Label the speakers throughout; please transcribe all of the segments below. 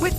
Speaker 1: With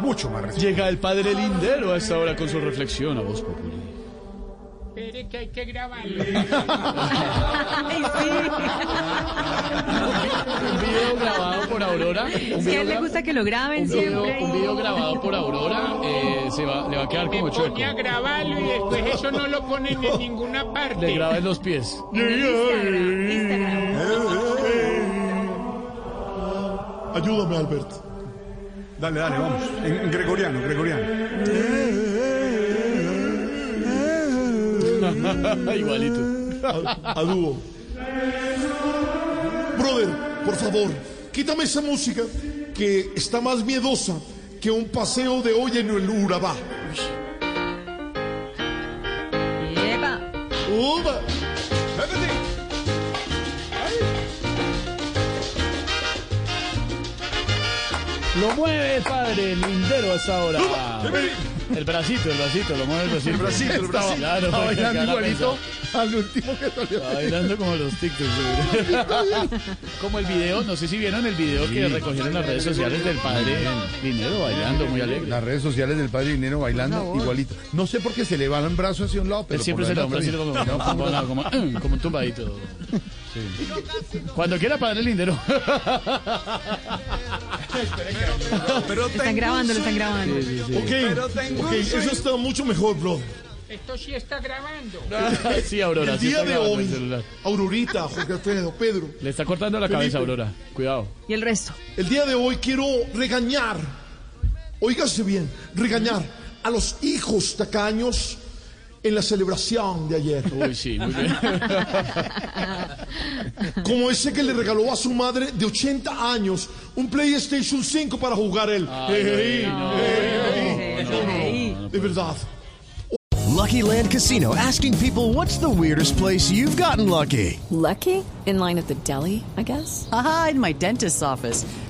Speaker 2: Mucho más reciente.
Speaker 3: Llega el padre Lindero a esta hora con su reflexión a voz popular.
Speaker 4: Espere que hay que grabarlo.
Speaker 3: Un video grabado por Aurora. Un
Speaker 5: Si a
Speaker 3: video,
Speaker 5: él le
Speaker 3: gra-
Speaker 5: gusta que lo graben
Speaker 3: un video-
Speaker 5: siempre.
Speaker 3: un video grabado por Aurora eh, se va, le va a quedar
Speaker 4: Me
Speaker 3: como chueco.
Speaker 4: pone a grabarlo y después eso no lo ponen en ninguna
Speaker 3: Le
Speaker 4: parte.
Speaker 3: grabes los pies.
Speaker 5: Instagram, Instagram.
Speaker 2: Ayúdame, Albert. Dale, dale, vamos. En, en gregoriano, gregoriano.
Speaker 3: Igualito.
Speaker 2: A, a dúo. Brother, por favor, quítame esa música que está más miedosa que un paseo de hoy en el Urabá.
Speaker 5: Epa.
Speaker 2: ¡Uba! ¡Vete!
Speaker 3: Lo mueve, padre Lindero a esta hora. El bracito, el bracito, lo mueve el bracito. El
Speaker 2: bracito, el bracito.
Speaker 3: Claro,
Speaker 2: Está
Speaker 3: para que
Speaker 2: bailando
Speaker 3: haga la
Speaker 2: igualito Al último que
Speaker 3: pesa.
Speaker 2: salió.
Speaker 3: Está bailando como los TikToks. seguro. como el video, no sé si vieron el video que recogieron las redes sociales del padre Lindero bailando muy alegre.
Speaker 6: Las redes sociales del padre Dinero bailando igualito. No sé por qué se le va el brazo hacia un lado, pero.
Speaker 3: Él siempre
Speaker 6: por
Speaker 3: se le da un
Speaker 6: adelante
Speaker 3: bracito como,
Speaker 6: bien.
Speaker 3: como, como- como- como- como un tumbadito. Cuando quiera, padre Lindero.
Speaker 5: Están grabando, lo están grabando.
Speaker 2: Ok, ok, eso está mucho mejor, bro.
Speaker 4: Esto sí está grabando.
Speaker 3: Ah, sí, Aurora.
Speaker 2: El
Speaker 3: sí
Speaker 2: día
Speaker 3: está
Speaker 2: de
Speaker 3: grabando el
Speaker 2: hoy,
Speaker 3: celular.
Speaker 2: Aurorita, Jorge Alfredo, Pedro,
Speaker 3: Le está cortando la cabeza,
Speaker 2: Felipe.
Speaker 3: Aurora. Cuidado.
Speaker 5: Y el resto.
Speaker 2: el día de hoy quiero regañar, oígase bien, regañar a los hijos tacaños en la celebración de ayer.
Speaker 3: Uy, sí, muy bien.
Speaker 2: Como ese que le regaló a su madre de 80 años un PlayStation 5 para jugar él. Ey, ey, ey, no, no, De verdad.
Speaker 7: Lucky Land Casino asking people what's the weirdest place you've gotten lucky?
Speaker 1: Lucky? In line at the deli, I guess?
Speaker 8: Aha, in my dentist's office.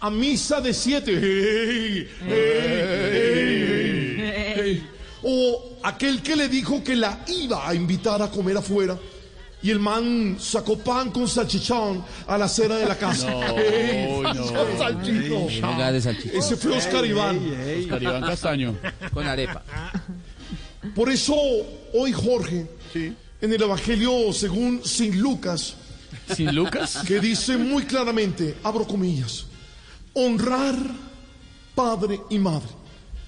Speaker 2: a misa de siete. Ey, ey, ey, ey. O aquel que le dijo que la iba a invitar a comer afuera y el man sacó pan con salchichón a la cena de la casa. Ey,
Speaker 3: no.
Speaker 2: con salchichón. Ese fue Oscar Iván.
Speaker 3: Oscar Iván Castaño.
Speaker 8: Con arepa.
Speaker 2: Por eso hoy Jorge, en el Evangelio según Sin Lucas,
Speaker 3: ¿Sin Lucas?
Speaker 2: que dice muy claramente, abro comillas, honrar padre y madre.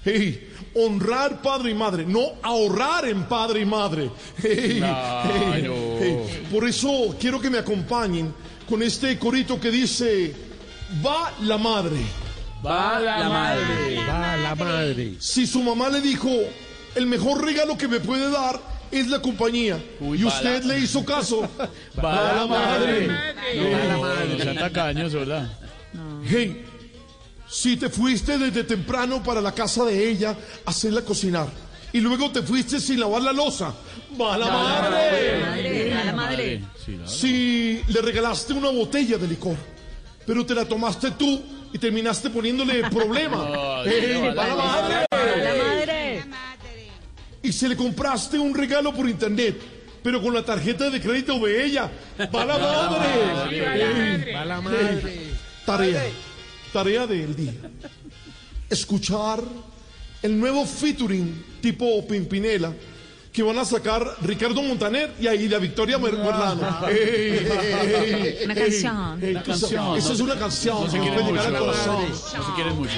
Speaker 2: Hey, honrar padre y madre, no ahorrar en padre y madre. Hey, hey,
Speaker 3: no.
Speaker 2: hey. Por eso quiero que me acompañen con este corito que dice, va la madre.
Speaker 3: Va la madre.
Speaker 2: Si su mamá le dijo, el mejor regalo que me puede dar es la compañía,
Speaker 3: Uy,
Speaker 2: y
Speaker 3: va
Speaker 2: usted
Speaker 3: la-
Speaker 2: le hizo caso,
Speaker 3: Va la madre.
Speaker 4: Madre.
Speaker 3: No sean tacaños, ¿verdad?
Speaker 2: Hey, si te fuiste desde temprano para la casa de ella a hacerla cocinar y luego te fuiste sin lavar la losa, va la madre.
Speaker 5: Madre, a la madre.
Speaker 3: Sí, la-
Speaker 2: Si le regalaste una botella de licor, pero te la tomaste tú y terminaste poniéndole problema,
Speaker 3: sí,
Speaker 2: Hey,
Speaker 3: va la
Speaker 2: va la madre.
Speaker 5: A la madre.
Speaker 2: Y si le compraste un regalo por internet, pero con la tarjeta de crédito de ella, va la madre.
Speaker 4: Va la madre.
Speaker 2: Tarea, tarea del día. Escuchar el nuevo featuring tipo Pimpinela que van a sacar Ricardo Montaner y ahí la Victoria Mer- Merlano. Ey, ey, ey,
Speaker 5: Una
Speaker 2: ey,
Speaker 5: canción.
Speaker 2: ey, tú sabes,
Speaker 3: canción.
Speaker 2: Eso es una canción
Speaker 3: No se
Speaker 2: que
Speaker 3: quieren
Speaker 2: puede llegar
Speaker 3: mucho.
Speaker 2: al corazón.
Speaker 3: No se quieren mucho.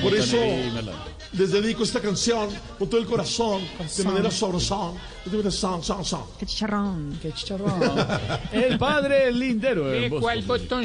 Speaker 2: Por
Speaker 3: Montaner
Speaker 2: eso-
Speaker 3: y Merlano.
Speaker 2: Les dedico esta canción con todo el corazón, de manera sabrosón. De manera son, son, son.
Speaker 9: Qué chicharrón. Qué chicharrón.
Speaker 10: El padre lindero.
Speaker 4: Eh, ¿Cuál botón?